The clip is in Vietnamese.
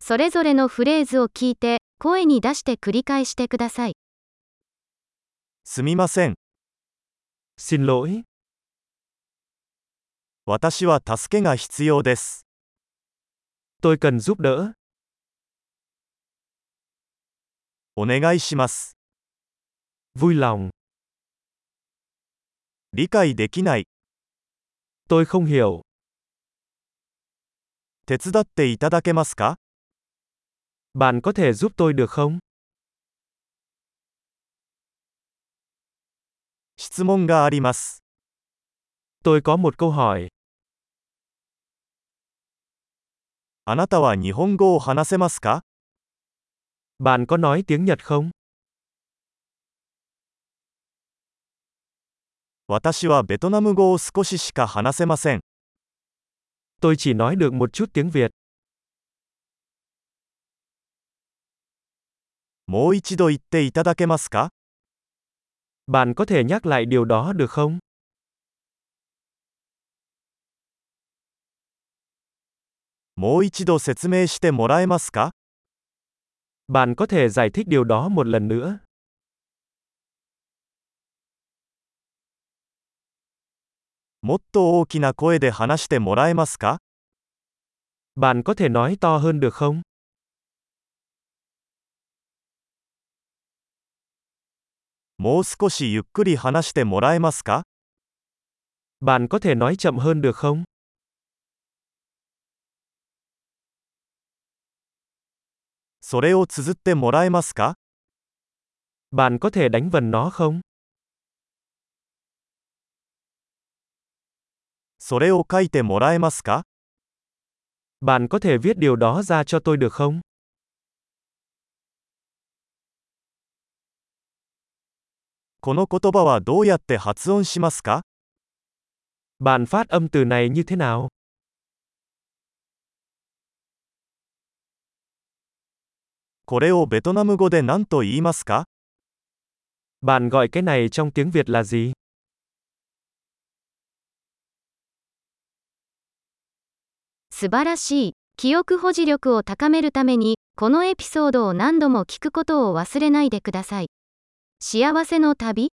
それぞれのフレーズを聞いて、声に出して繰り返してください。すみません。 Xin lỗi, 私は助けが必要です。 tôi cần giúp đỡ. お願いします。 Vui lòng, 理解できない。 tôi không hiểu. 手伝っていただけますか Bạn có thể giúp tôi được không? 質問があります。 Tôi có một câu hỏi. あなたは日本語を話せますか Bạn có nói tiếng Nhật không? 私はベトナム語を少ししか話せません。 Tôi chỉ nói được một chút tiếng Việt. もう一度言っていただけますか Bạn có thể nhắc lại điều đó được không? もう一度説明してもらえますか Bạn có thể giải thích điều đó một lần nữa. もっと大きな声で話してもらえますか Bạn có thể nói to hơn được không? もう少しゆっくり話してもらえますか Bạn có thể nói chậm hơn được không? それを綴ってもらえますか Bạn có thể đánh vần nó không? それを書いてもらえますか Bạn có thể viết điều đó ra cho tôi được không? この言葉はどうやって発音しますか Bạn phát âm từ này như thế nào? これをベトナム語で何と言いますか Bạn gọi cái này trong tiếng Việt là gì? 素晴らしい。記憶保持力を高めるために、このエピソードを何度も聞くことを忘れないでください。幸せの旅